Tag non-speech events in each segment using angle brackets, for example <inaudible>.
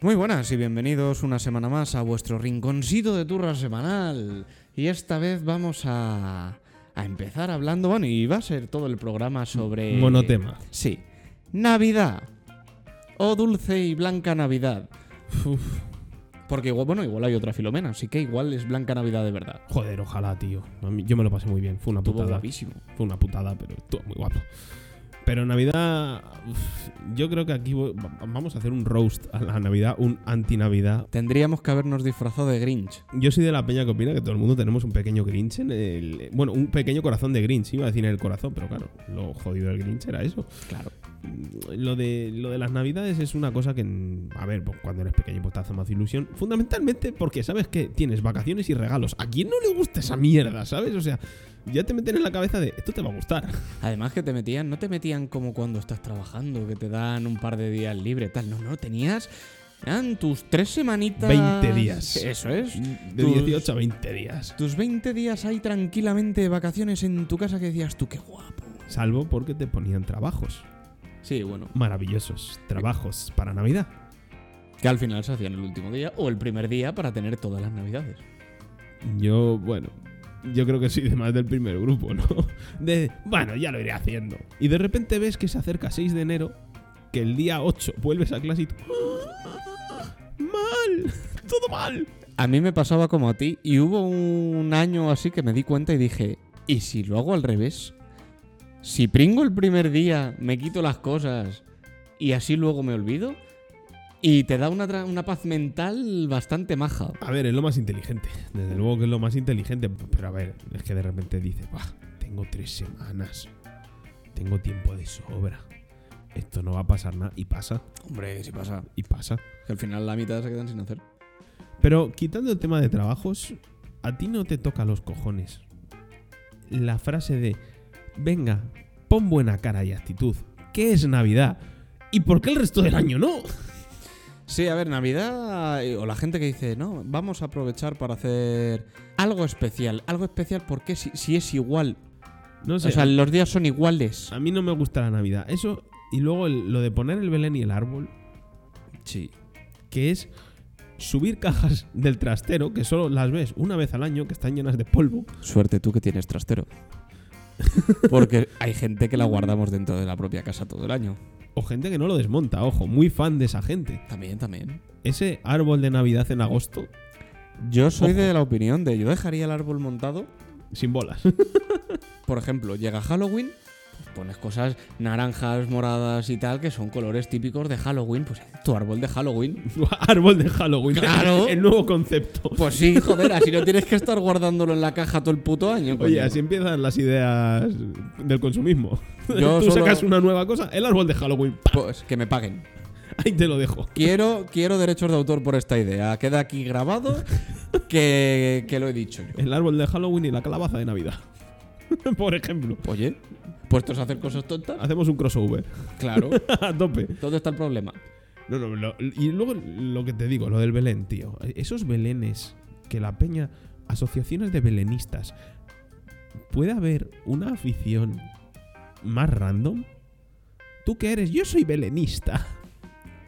Muy buenas y bienvenidos una semana más a vuestro rinconcito de turra semanal. Y esta vez vamos a, a empezar hablando, bueno, y va a ser todo el programa sobre... Monotema. Sí. Navidad. Oh dulce y blanca Navidad. Uf, Porque igual, bueno, igual hay otra Filomena, así que igual es blanca Navidad de verdad. joder, ojalá, tío. A mí- yo me lo pasé muy bien. Fue una Todo putada. guapísimo. Fue una putada, pero estuvo muy guapo. Pero Navidad. uf, yo creo que aquí voy- va- vamos a hacer un roast a la Navidad, un anti-Navidad. Tendríamos que habernos disfrazado de Grinch. Yo soy de la peña que opina que todo el mundo tenemos un pequeño Grinch en el. Bueno, un pequeño corazón de Grinch, iba a decir en el corazón, pero claro, lo jodido del Grinch era eso. Mm, Claro. Lo de, lo de las navidades es una cosa que, mm, a ver, pues, cuando eres pequeño pues te hace más ilusión. Fundamentalmente porque sabes que tienes vacaciones y regalos. ¿A quién no le gusta esa mierda, sabes? O sea, ya te meten en la cabeza de esto te va <laughs> a gustar. Además que te metían, no te metían como cuando estás trabajando, que te dan un par de días libre, tal. No, no, tenías. Eran tus tres semanitas. 20 días. Eso es. De Tus- 18 a 20 días. Tus 20 días ahí tranquilamente de vacaciones en tu casa que decías tú, qué guapo. Salvo porque te ponían trabajos. Sí, bueno. Maravillosos. Trabajos para Navidad. Que al final se hacían el último día o el primer día para tener todas las navidades. Yo, bueno, yo creo que soy de más del primer grupo, ¿no? <laughs> De, bueno, ya lo iré haciendo. Y de repente ves que se acerca 6 de enero, que el día 8 vuelves a clase y tú... ¡Ah! ¡Mal! <laughs> ¡Todo mal! A mí me pasaba como a ti y hubo un año así que me di cuenta y dije, ¿y si lo hago al revés? Si pringo el primer día, me quito las cosas y así luego me olvido. Y te da una, tra- una paz mental bastante maja. A ver, es lo más inteligente. Desde luego que es lo más inteligente. Pero a ver, es que de repente dices, "Buah, tengo tres semanas. Tengo tiempo de sobra. Esto no va a pasar nada. Y pasa, Hombre, si pasa. y pasa. Que al final la mitad se quedan sin hacer. Pero quitando el tema de trabajos, a ti no te toca los cojones. La frase de, venga, pon buena cara y actitud. ¿Qué es Navidad? ¿Y por qué el resto del año no? Sí, a ver, Navidad eh, o la gente que dice, no, vamos a aprovechar para hacer algo especial. Algo especial porque si, si es igual. No sé, o sea, los días son iguales. a mí no me gusta la Navidad. Eso, y luego el- lo de poner el Belén y el árbol, Sí. que es subir cajas del trastero, que solo las ves una vez al año, que están llenas de polvo. Suerte tú que tienes trastero. Porque hay gente que la guardamos dentro de la propia casa todo el año. O gente que no lo desmonta, ojo, muy fan de esa gente. También, también. Ese árbol de Navidad en agosto, Yo soy Ojo. de la opinión de yo dejaría el árbol montado. sin bolas. Por ejemplo, llega Halloween, pues pones cosas naranjas, moradas y tal, que son colores típicos de Halloween. Pues tu árbol de Halloween. <laughs> Árbol de Halloween. Claro. <laughs> El nuevo concepto. Pues sí, joder, así no tienes que estar guardándolo en la caja todo el puto año. Oye, coño. así empiezan las ideas del consumismo. Yo <laughs> Tú solo- sacas una nueva cosa, el árbol de Halloween. ¡pa! <laughs> Pues que me paguen. <laughs> Ahí te lo dejo. Quiero, quiero derechos de autor por esta idea. Queda aquí grabado que, que lo he dicho yo. El árbol de Halloween y la calabaza de Navidad. <laughs> Por ejemplo. Oye, puestos a hacer cosas tontas, Hacemos un crossover. <laughs> claro. A tope. <laughs> ¿Dónde está el problema? No, no, lo- y luego lo que te digo, lo del Belén, tío. Esos Belenes que la peña, asociaciones de belenistas, ¿puede haber una afición más random? ¿Tú qué eres? Yo soy belenista. <laughs>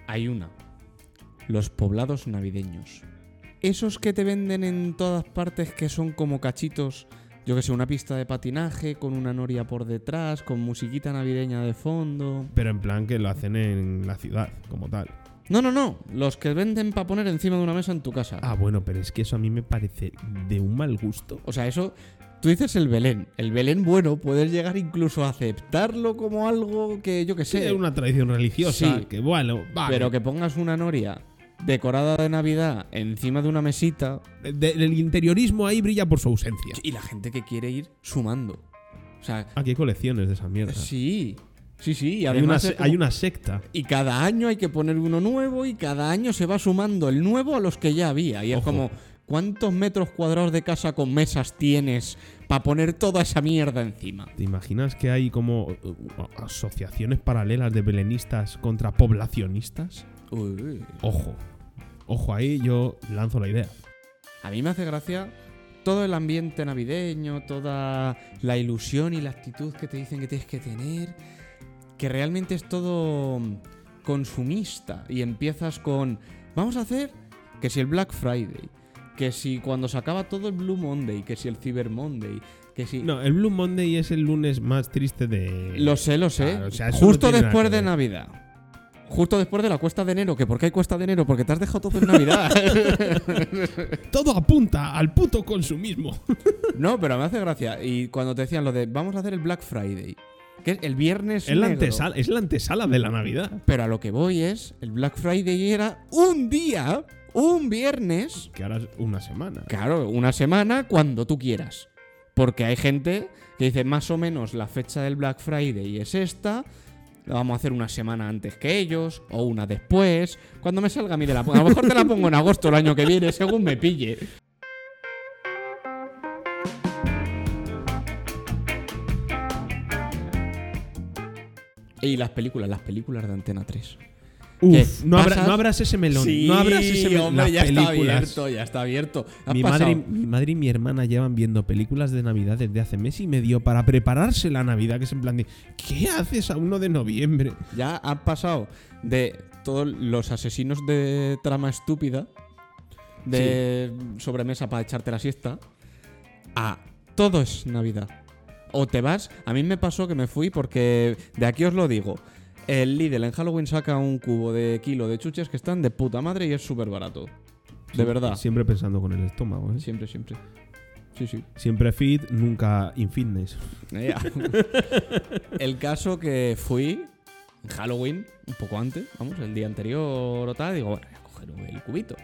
Hay una. Los poblados navideños. Esos que te venden en todas partes que son como cachitos, yo que sé, una pista de patinaje con una noria por detrás, con musiquita navideña de fondo. Pero en plan que lo hacen en la ciudad, como tal. No, no, no, los que venden para poner encima de una mesa en tu casa. Ah, bueno, pero es que eso a mí me parece de un mal gusto. O sea, eso, tú dices el Belén. El Belén bueno, puedes llegar incluso a aceptarlo como algo que yo que Sí, sé. es una tradición religiosa. Sí. Que bueno, vale. Pero que pongas una noria decorada de Navidad encima de una mesita. De- el interiorismo ahí brilla por su ausencia. Y la gente que quiere ir sumando. O sea, Aquí hay colecciones de esa mierda. sí. Sí, sí. Y hay, una, además es se- como- hay una secta. Y cada año hay que poner uno nuevo y cada año se va sumando el nuevo a los que ya había. Y es Ojo. como, ¿cuántos metros cuadrados de casa con mesas tienes para poner toda esa mierda encima? ¿Te imaginas que hay como uh, uh, asociaciones paralelas de belenistas contra poblacionistas? Uy, uy. Ojo. Ojo ahí, yo lanzo la idea. A mí me hace gracia todo el ambiente navideño, toda la ilusión y la actitud que te dicen que tienes que tener, que realmente es todo consumista y empiezas con Vamos a hacer que si el Black Friday, que si cuando se acaba todo el Blue Monday, que si el Cyber Monday, que si... No, el Blue Monday es el lunes más triste de. Lo sé, lo sé. Claro, o sea, eso no Justo tiene nada después que de ver. Navidad. Justo después de la cuesta de enero, que ¿por qué hay cuesta de enero? Porque te has dejado todo en <laughs> Navidad. Todo apunta al puto consumismo. no, pero me hace gracia. Y cuando te decían lo de vamos a hacer el Black Friday, que es el viernes Es la, negro. antesala, es la antesala de la Navidad. Pero a lo que voy es, el Black Friday era un día, un viernes, Que ahora es una semana. claro, una semana, cuando tú quieras. Porque hay gente que dice más o menos la fecha del Black Friday es esta, la vamos a hacer una semana antes que ellos, o una después, cuando me salga a mí de la... A lo mejor te la pongo en agosto el año que viene, según me pille. Y las películas, las películas de Antena 3. Uf, ¿Qué? no, habrá- ¿Pasas? no abras ese melón. Sí, no abras ese melón. hombre, Las ya está películas. abierto, ya está abierto. Has Mi madre, pasado- mi madre y mi hermana llevan viendo películas de Navidad desde hace mes y medio para prepararse la Navidad, que es en plan de ¿qué haces a 1 de noviembre? ya han pasado de todos los asesinos de trama estúpida, de sobremesa para echarte la siesta, a todo es Navidad. O te vas, a mí me pasó que me fui porque, de aquí os lo digo, el Lidl en Halloween saca un cubo de kilo de chuches que están de puta madre y es súper barato. De verdad. Siempre pensando con el estómago, ¿eh? Siempre, siempre. Sí, sí. Siempre fit, nunca in fitness. Ya. <laughs> el caso que fui en Halloween, un poco antes, vamos, el día anterior o tal, digo, bueno, voy a coger el cubito.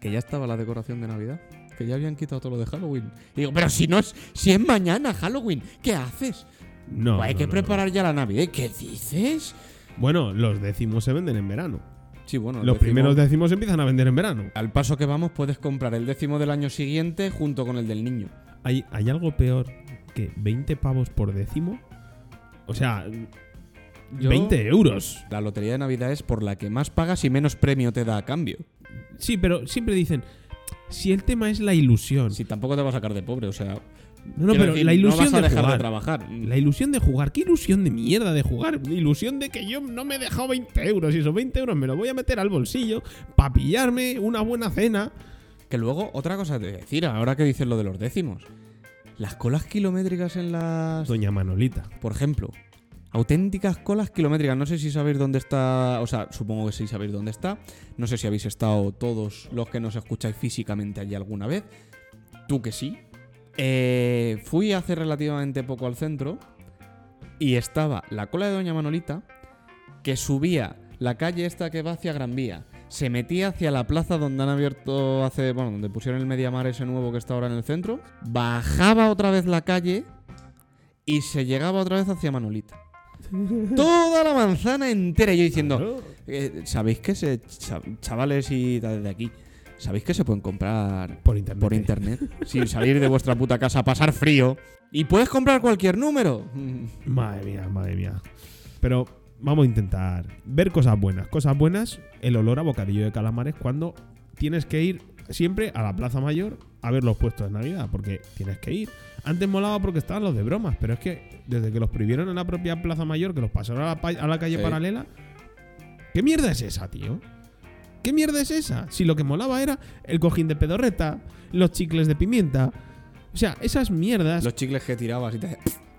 Que ya estaba la decoración de Navidad. Que ya habían quitado todo lo de Halloween. Y digo, pero si no es, si es mañana Halloween, ¿qué haces? No. Pues hay no, que no, preparar ya la Navidad. ¿Qué dices? no. Bueno, los décimos se venden en verano. Sí, bueno, el Los décimo- primeros décimos se empiezan a vender en verano. Al paso que vamos, puedes comprar el décimo del año siguiente junto con el del niño. ¿Hay, hay algo peor que 20 pavos por décimo? O sea, Yo- 20 euros. La lotería de Navidad es por la que más pagas y menos premio te da a cambio. Sí, pero siempre dicen, si el tema es la ilusión. Si tampoco te va a sacar de pobre, o sea. no, no, quiero pero decir, la ilusión no vas a de dejar de jugar. trabajar. la ilusión de jugar. ¿Qué ilusión de mierda de jugar? La ilusión de que yo no me he dejado 20 euros. Y esos 20 euros me los voy a meter al bolsillo para pillarme una buena cena. Que luego, otra cosa te voy a decir, ahora que dices lo de los décimos. Las colas kilométricas en las. Doña Manolita. Por ejemplo, auténticas colas kilométricas. No sé si sabéis dónde está. O sea, supongo que sí sabéis dónde está. No sé si habéis estado todos los que nos escucháis físicamente allí alguna vez. Tú que sí. Eh, fui hace relativamente poco al centro y estaba la cola de Doña Manolita que subía la calle esta que va hacia Gran Vía. Se metía hacia la plaza donde han abierto hace. Bueno, donde pusieron el Mediamar ese nuevo que está ahora en el centro. Bajaba otra vez la calle y se llegaba otra vez hacia Manolita. Toda la manzana entera. Y yo diciendo, eh, ¿sabéis que se. cha- chavales y tal de aquí, ¿sabéis que se pueden comprar Por internet. por internet? sin salir de vuestra puta casa, pasar frío. Y puedes comprar cualquier número. Mm, Madre mía, madre mía. Pero vamos a intentar ver cosas buenas. Cosas buenas, el olor a bocadillo de calamares cuando tienes que ir siempre a la Plaza Mayor a ver los puestos de Navidad, porque tienes que ir. Antes molaba porque estaban los de bromas, pero es que desde que los prohibieron en la propia Plaza Mayor, que los pasaron a la, pa- a la calle Sí. paralela, ¿qué mierda es esa, tío? ¿Qué mierda es esa? Si lo que molaba era el cojín de pedorreta, los chicles de pimienta. O sea, esas <laughs> mierdas Los chicles que tirabas y te,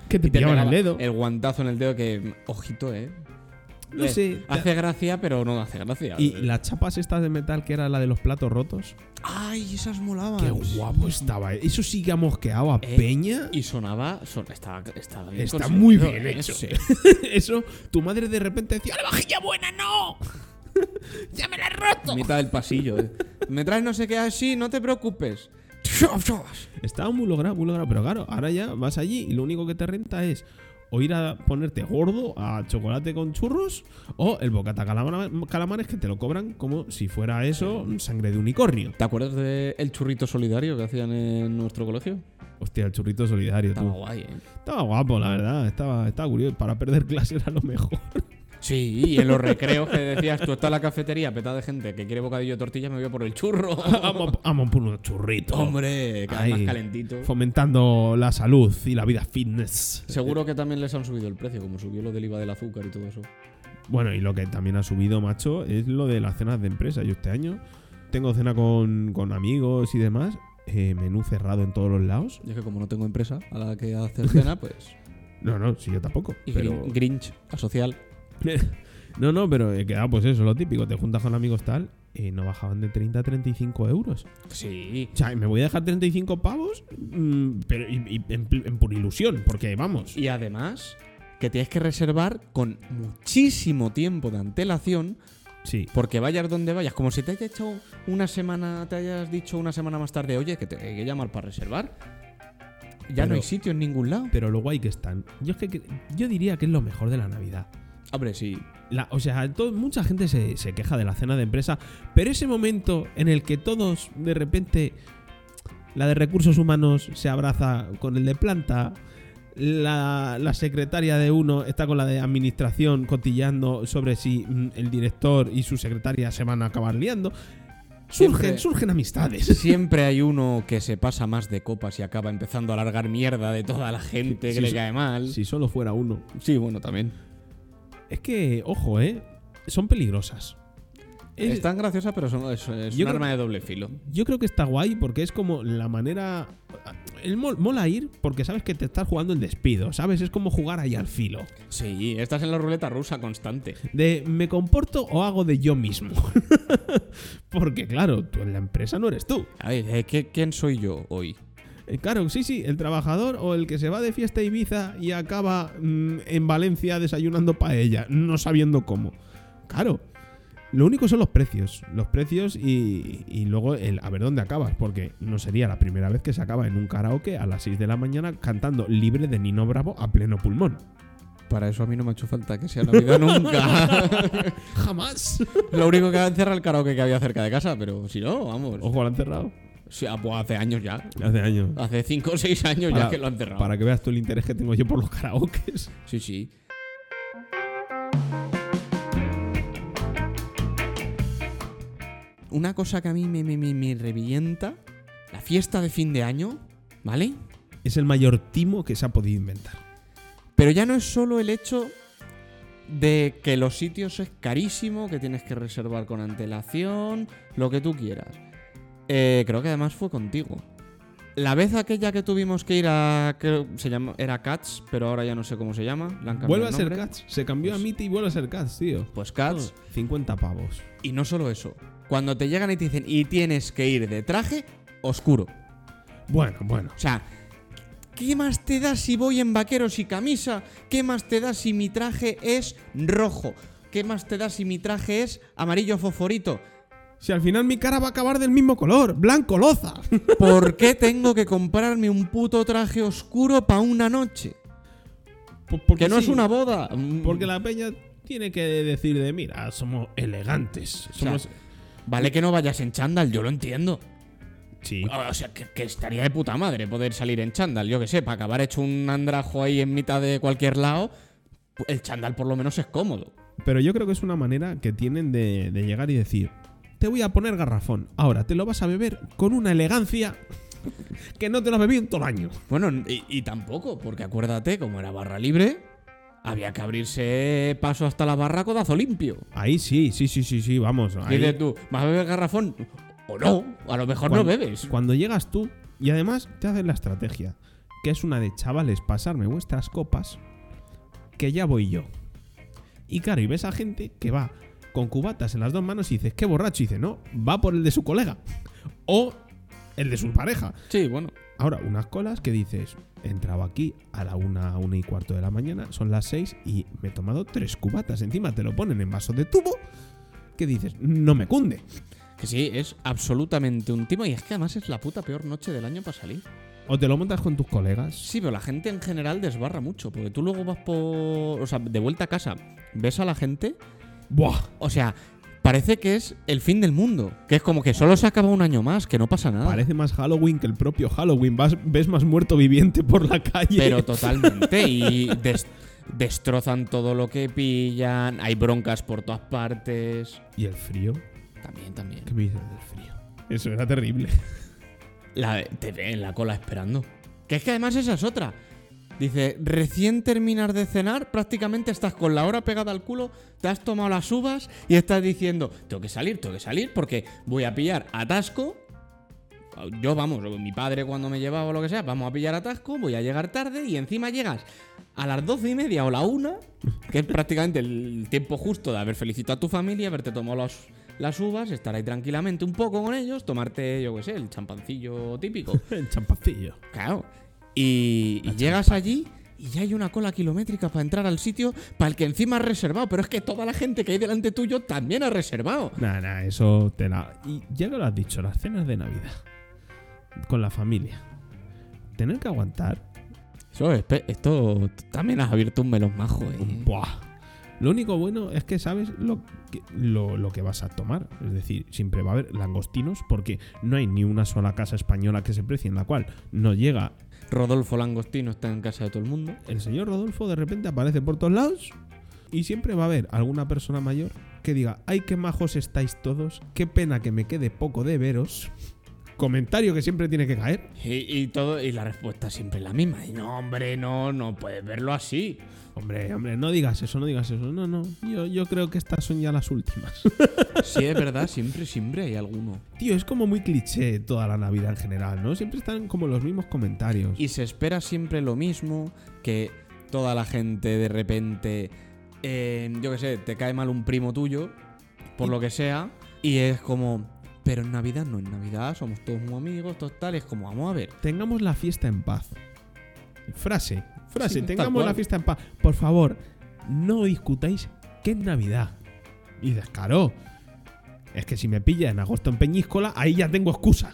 que te, y te pillaban al pegaba dedo. El guantazo en el dedo que. mm, Ojito, eh. no eh, sé. Hace gracia, pero no hace gracia. Y las chapas estas de metal que era la de los platos rotos. Ay, esas molaban. Qué guapo estaba. ¿eh? Eso sí que ha mosqueado a Eh, Peña. Y sonaba. son- estaba, estaba bien Está conseguido, muy bien eh, hecho. sí. <laughs> Eso, tu madre de repente decía, ¡la vajilla buena no! <laughs> ¡Ya me la he roto! En mitad del pasillo. eh. Me traes no sé qué así, no te <laughs> preocupes. Estaba muy logrado, muy logrado. Pero claro, ahora ya vas allí y lo único que te renta es o ir a ponerte gordo a chocolate con churros o el bocata calama- calamares que te lo cobran como si fuera eso sangre de unicornio. ¿Te acuerdas del churrito solidario que hacían en nuestro colegio? Hostia, el churrito solidario, Estaba tú. guay, ¿eh? Estaba guapo, la verdad. Estaba, estaba curioso. Para perder <laughs> clase era lo mejor. Sí, y en los recreos que decías, tú estás en la cafetería petada de gente que quiere bocadillo de tortilla, me voy a por el <laughs> churro. vamos, vamos por unos churritos. Hombre, que Ay. más calentito. Fomentando la salud y la vida fitness. Seguro que también les han subido el precio, como subió lo del IVA del azúcar y todo eso. Bueno, y lo que también ha subido, macho, es lo de las cenas de empresa. Yo este año tengo cena con, con amigos y demás, eh, menú cerrado en todos los lados. Yo es que como no tengo empresa a la que hacer <laughs> cena, pues... No, no, sí, yo tampoco. Y pero... Grin- <laughs> Grinch, asocial. No, no, pero he quedado pues eso, lo típico. Te juntas con amigos tal, eh, no bajaban de 30 a 35 euros. Sí. O sea, me voy a dejar 35 pavos, Mm, pero y- y en, pl- en pura ilusión, porque vamos. Y además, que tienes que reservar con muchísimo tiempo de antelación, Sí, porque vayas donde vayas, como si te hayas hecho una semana, te hayas dicho una semana más tarde, oye, que te hay que llamar para reservar. Ya Pero- no hay sitio en ningún lado. pero lo guay que están. Yo, es que, que- yo diría que es lo mejor de la Navidad. Hombre, sí. La- o sea, to- mucha gente se, se queja de la cena de empresa, pero ese momento en el que todos de repente la de recursos humanos se abraza con el de planta, la, la secretaria de uno está con la de administración cotillando sobre si mm, el director y su secretaria se van a acabar liando. Surgen, Siempre- surgen amistades. Siempre hay uno que se pasa más de copas y acaba empezando a largar mierda de toda la gente que Sí, le sí. cae mal. <laughs> Si solo fuera uno. Sí, bueno, también. Es que, ojo, ¿eh? Son peligrosas. Es, Es- tan graciosa, pero son- es, es Yo un creo- arma de doble filo. Yo creo que está guay porque es como la manera. El mol- mola ir porque sabes que te estás jugando el despido, ¿sabes? Es como jugar ahí al filo. Sí, estás en la ruleta rusa constante. De me comporto o hago de yo mismo. <laughs> porque, claro, tú en la empresa no eres tú. A ver, eh, ¿qué- ¿quién soy yo hoy? Eh, Claro, sí, sí, el trabajador o el que se va de fiesta a Ibiza y acaba mm, en Valencia desayunando paella, no sabiendo cómo. Claro, lo único son los precios. Los precios y, y luego el a ver dónde acabas, porque no sería la primera vez que se acaba en un karaoke a las 6 de la mañana cantando libre de Nino Bravo a pleno pulmón. Para eso a mí no me ha hecho falta que sea <laughs> Navidad nunca. ¡Jamás! Lo único que han cerrado el karaoke que había cerca de casa, pero si no, vamos. <laughs> Ojo, lo han cerrado. Sí, ah, pues hace años ya. Hace años. Hace 5 o 6 años Para- ya que lo han cerrado. Para que veas tú el interés que tengo yo por los karaokes. Sí, sí. Una cosa que a mí me, me, me, me revienta, la fiesta de fin de año, ¿vale? Es el mayor timo que se ha podido inventar. Pero ya no es solo el hecho de que los sitios es carísimo, que tienes que reservar con antelación, lo que tú quieras. Eh, creo que además fue contigo. La vez aquella que tuvimos que ir a. creo- se llama, era Cats, pero ahora ya no sé cómo se llama. le han cambiado Vuelve el a ser nombre. Cats. Oh. Se cambió a Pues- Mitty y vuelve a ser Cats, tío. Pues Cats. 50 pavos. Y no solo eso. Cuando te llegan y te dicen, y tienes que ir de traje oscuro. Bueno, bueno. O sea, ¿qué más te da si voy en vaqueros y camisa? ¿Qué más te da si mi traje es rojo? ¿Qué más te da si mi traje es amarillo fosforito? Si al final mi cara va a acabar del mismo color, blanco <laughs> loza. ¿Por qué tengo que comprarme un puto traje oscuro para una noche? Pues Que no sí, es una boda. Mm, Porque la peña tiene que decir de, mira, somos elegantes. Somos... Vale que no vayas en chándal, yo lo entiendo. sí. O sea, que, que estaría de puta madre poder salir en chándal, yo que sé, para acabar hecho un andrajo ahí en mitad de cualquier lado, pu- el chándal por lo menos es cómodo. Pero yo creo que es una manera que tienen de, de llegar y decir, te voy a poner garrafón. Ahora, te lo vas a beber con una elegancia <laughs> que no te lo has bebido en todo el año. Bueno, n- y, y tampoco, porque acuérdate, como era barra libre, había que abrirse paso hasta la barra codazo limpio. Ahí sí, sí, sí, sí, sí, vamos. ahí- Dices tú, ¿vas a beber garrafón? O no, a lo mejor no Cuando- bebes. Cuando llegas tú, y además te hacen la estrategia, que es una de chavales, pasarme vuestras copas, que ya voy yo. Y claro, y ves a gente que va con cubatas en las dos manos y dices, qué borracho, y dice, no, va por el de su colega. O el de su pareja. Sí, bueno. Ahora, unas colas que dices, he entrado aquí a la una, una y cuarto de la mañana, son las seis y me he tomado tres cubatas. Encima te lo ponen en vaso de tubo, que dices, no me cunde. Que sí, es absolutamente un timo y es que además es la puta peor noche del año para salir. O te lo montas con tus colegas. Sí, pero la gente en general desbarra mucho, porque tú luego vas por... O sea, de vuelta a casa, ves a la gente Buah, O sea, parece que es el fin del mundo. Que es como que solo se acaba un año más, que no pasa nada. Parece más Halloween que el propio Halloween. Vas- ves más muerto viviente por la calle. Pero totalmente. Y des- destrozan todo lo que pillan. Hay broncas por todas partes. ¿Y el frío? También, también. ¿Qué me dices del frío? Eso era terrible. <laughs> La, te ven en la cola esperando. Que es que además esa es otra. Dice, recién terminas de cenar, prácticamente estás con la hora pegada al culo, te has tomado las uvas y estás diciendo, tengo que salir, tengo que salir porque voy a pillar atasco. Yo vamos, mi padre cuando me llevaba o lo que sea, vamos a pillar atasco, voy a llegar tarde y encima llegas a las doce y media o la una, que es prácticamente el tiempo justo de haber felicitado a tu familia, haberte tomado las, las uvas, estar ahí tranquilamente un poco con ellos, tomarte, yo qué sé, el champancillo típico. El champacillo. Claro. Y, y llegas allí y ya hay una cola kilométrica para entrar al sitio para el que encima has reservado. Pero es que toda la gente que hay delante tuyo también ha reservado. Nah, nah, eso te la. Y ya que lo has dicho, las cenas de Navidad. Con la familia. Tener que aguantar. Eso es, pe- esto tú también has abierto un melón majo, eh. Buah. Lo único bueno es que sabes lo que, lo, lo que vas a tomar. Es decir, siempre va a haber langostinos porque no hay ni una sola casa española que se precie en la cual no llega. Rodolfo Langostino está en casa de todo el mundo. El señor Rodolfo de repente aparece por todos lados y siempre va a haber alguna persona mayor que diga, ay, qué majos estáis todos, qué pena que me quede poco de veros. Comentario que siempre tiene que caer. Y, y todo, y la respuesta siempre es la misma. Y no, hombre, no, no puedes verlo así. Hombre, hombre, no digas eso, no digas eso. No, no, yo, yo creo que estas son ya las últimas. <laughs> Sí, es verdad, siempre, siempre hay alguno. Tío, es como muy cliché toda la Navidad en general, ¿no? Siempre están como los mismos comentarios. Y se espera siempre lo mismo, que toda la gente de repente, eh, yo qué sé, te cae mal un primo tuyo, por lo que sea, y es como, pero en Navidad no, en Navidad somos todos muy amigos, todos tal, es como, vamos a ver. Tengamos la fiesta en paz. Frase, frase, Sí, tal tengamos la cual. fiesta en paz. Por favor, no discutáis qué es Navidad. Y descaro. Es que si me pilla en agosto en Peñíscola, ahí ya tengo excusa.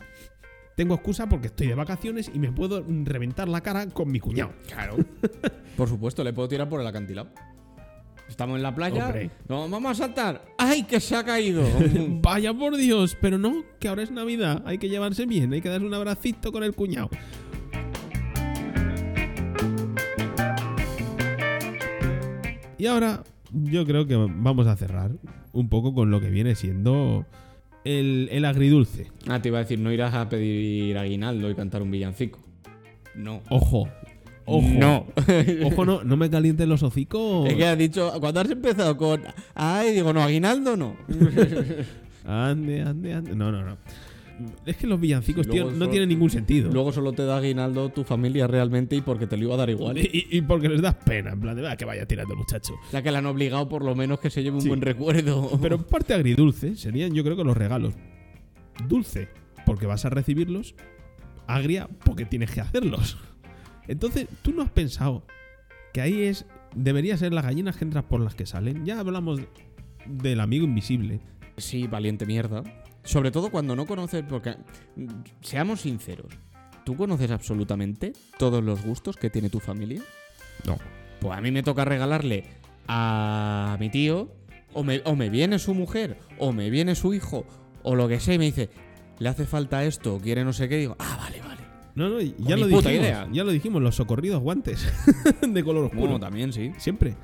Tengo excusa porque estoy de vacaciones y me puedo mm, reventar la cara con mi cuñado. Claro. Por supuesto, le puedo tirar por el acantilado. Estamos en la playa. Hombre. No, vamos a saltar. ¡Ay, que se ha <laughs> caído! Mm. Vaya por Dios, pero no, que ahora es Navidad, hay que llevarse bien, hay que darse un abracito con el cuñado. Y ahora yo creo que vamos a cerrar un poco con lo que viene siendo el, el agridulce. ah, te iba a decir, no irás a pedir aguinaldo y cantar un villancico. No. Ojo, ojo. <laughs> No. Ojo, no, no me calienten los hocicos. Es que has dicho, cuando has empezado con. Ay, digo, no, Aguinaldo no. Ande, ande, ande. No, no, no. Es que los villancicos, Luego tío, no solo- tienen ningún sentido. Luego solo te da Aguinaldo tu familia realmente y porque te lo iba a dar igual. Y, y- y porque les das pena, en plan de "Ah, que vaya tirando, muchacho. Ya que la han obligado, por lo menos que se lleve un Sí. buen recuerdo. Pero en parte agridulce serían, yo creo que los regalos. Dulce, porque vas a recibirlos. Agria, porque tienes que hacerlos. Entonces, tú no has pensado que ahí es. Debería ser las gallinas que entras por las que salen. Ya hablamos del amigo invisible. Sí, valiente mierda. Sobre todo cuando no conoces, porque mm, seamos sinceros, ¿tú conoces absolutamente todos los gustos que tiene tu familia? No. Pues a mí me toca regalarle a mi tío, o me, o me viene su mujer, o me viene su hijo, o lo que sea, y me dice, le hace falta esto, o quiere no sé qué, y digo, ah, vale, vale. No, no, y Con ya mi lo dijimos. puta idea. Ya lo dijimos, los socorridos guantes <laughs> de color oscuro. Bueno, también sí. Siempre.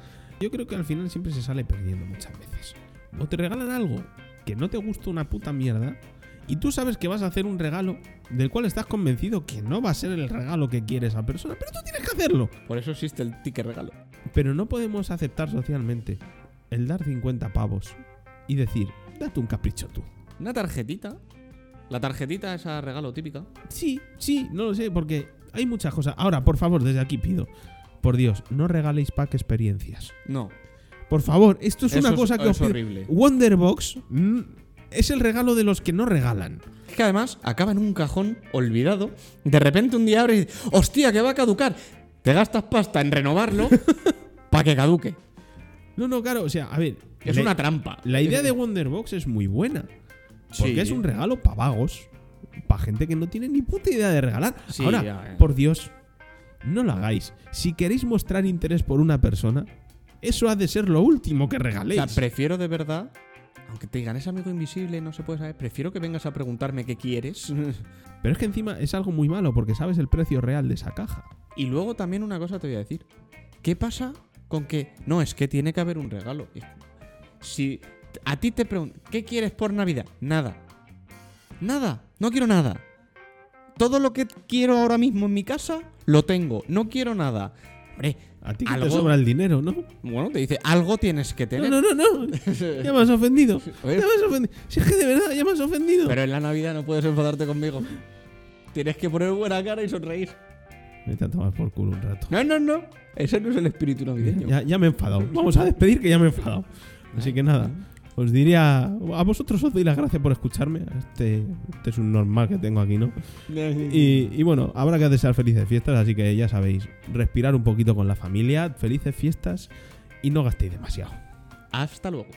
Yo creo que al final siempre se sale perdiendo muchas veces. O te regalan algo que no te gusta una puta mierda y tú sabes que vas a hacer un regalo del cual estás convencido que no va a ser el regalo que quiere esa persona, pero tú tienes que hacerlo. Por eso existe el ticket regalo. Pero no podemos aceptar socialmente el dar 50 pavos y decir, date un capricho tú. Una tarjetita. La tarjetita esa regalo típica. Sí, sí, no lo sé, porque hay muchas cosas. Ahora, por favor, desde aquí pido, por Dios, no regaléis pack experiencias. No. Por favor, esto es eso una cosa que es os pido. horrible. Wonderbox mm, es el regalo de los que no regalan. Es que además acaba en un cajón olvidado. De repente un día abres y dices, hostia, que va a caducar. Te gastas pasta en <laughs> renovarlo para que caduque. No, no, claro, o sea, a ver. Es la, una trampa. la idea de Wonderbox es muy buena. Porque Sí. es un regalo para vagos. Para gente que no tiene ni puta idea de regalar. Sí, Ahora, ya, eh. por Dios, no lo hagáis. Si queréis mostrar interés por una persona, eso ha de ser lo último que O regaléis. sea, prefiero de verdad, aunque te digan es amigo invisible, no se puede saber, prefiero que vengas a preguntarme qué <laughs> quieres. Pero es que encima es algo muy malo porque sabes el precio real de esa caja. y luego también una cosa te voy a decir. ¿Qué pasa con que no, es que tiene que haber un regalo? Y es como, Si a ti te preguntan, ¿qué quieres por Navidad? Nada. Nada. No quiero nada. Todo lo que quiero ahora mismo en mi casa, lo tengo. No quiero nada. Hombre, A ti que te algo- sobra el dinero, ¿no? bueno, te dice, algo tienes que No, tener. no, no, no. <laughs> Ya me has ofendido. Ya me has ofendido. Si es que de verdad, ya me has ofendido. Pero en la Navidad no puedes enfadarte conmigo. Tienes que poner buena cara y sonreír. Me te a tomar por culo un rato. No, no, no. Ese no es el espíritu navideño. Ya, ya me he enfadado. Vamos a despedir que ya me he enfadado. Así que nada. Os diría. A vosotros os doy las gracias por escucharme. a Este, este es un normal que tengo aquí, ¿no? Y, y bueno, habrá que desear felices fiestas, así que ya sabéis, respirar un poquito con la familia, felices fiestas y no gastéis demasiado. Hasta luego.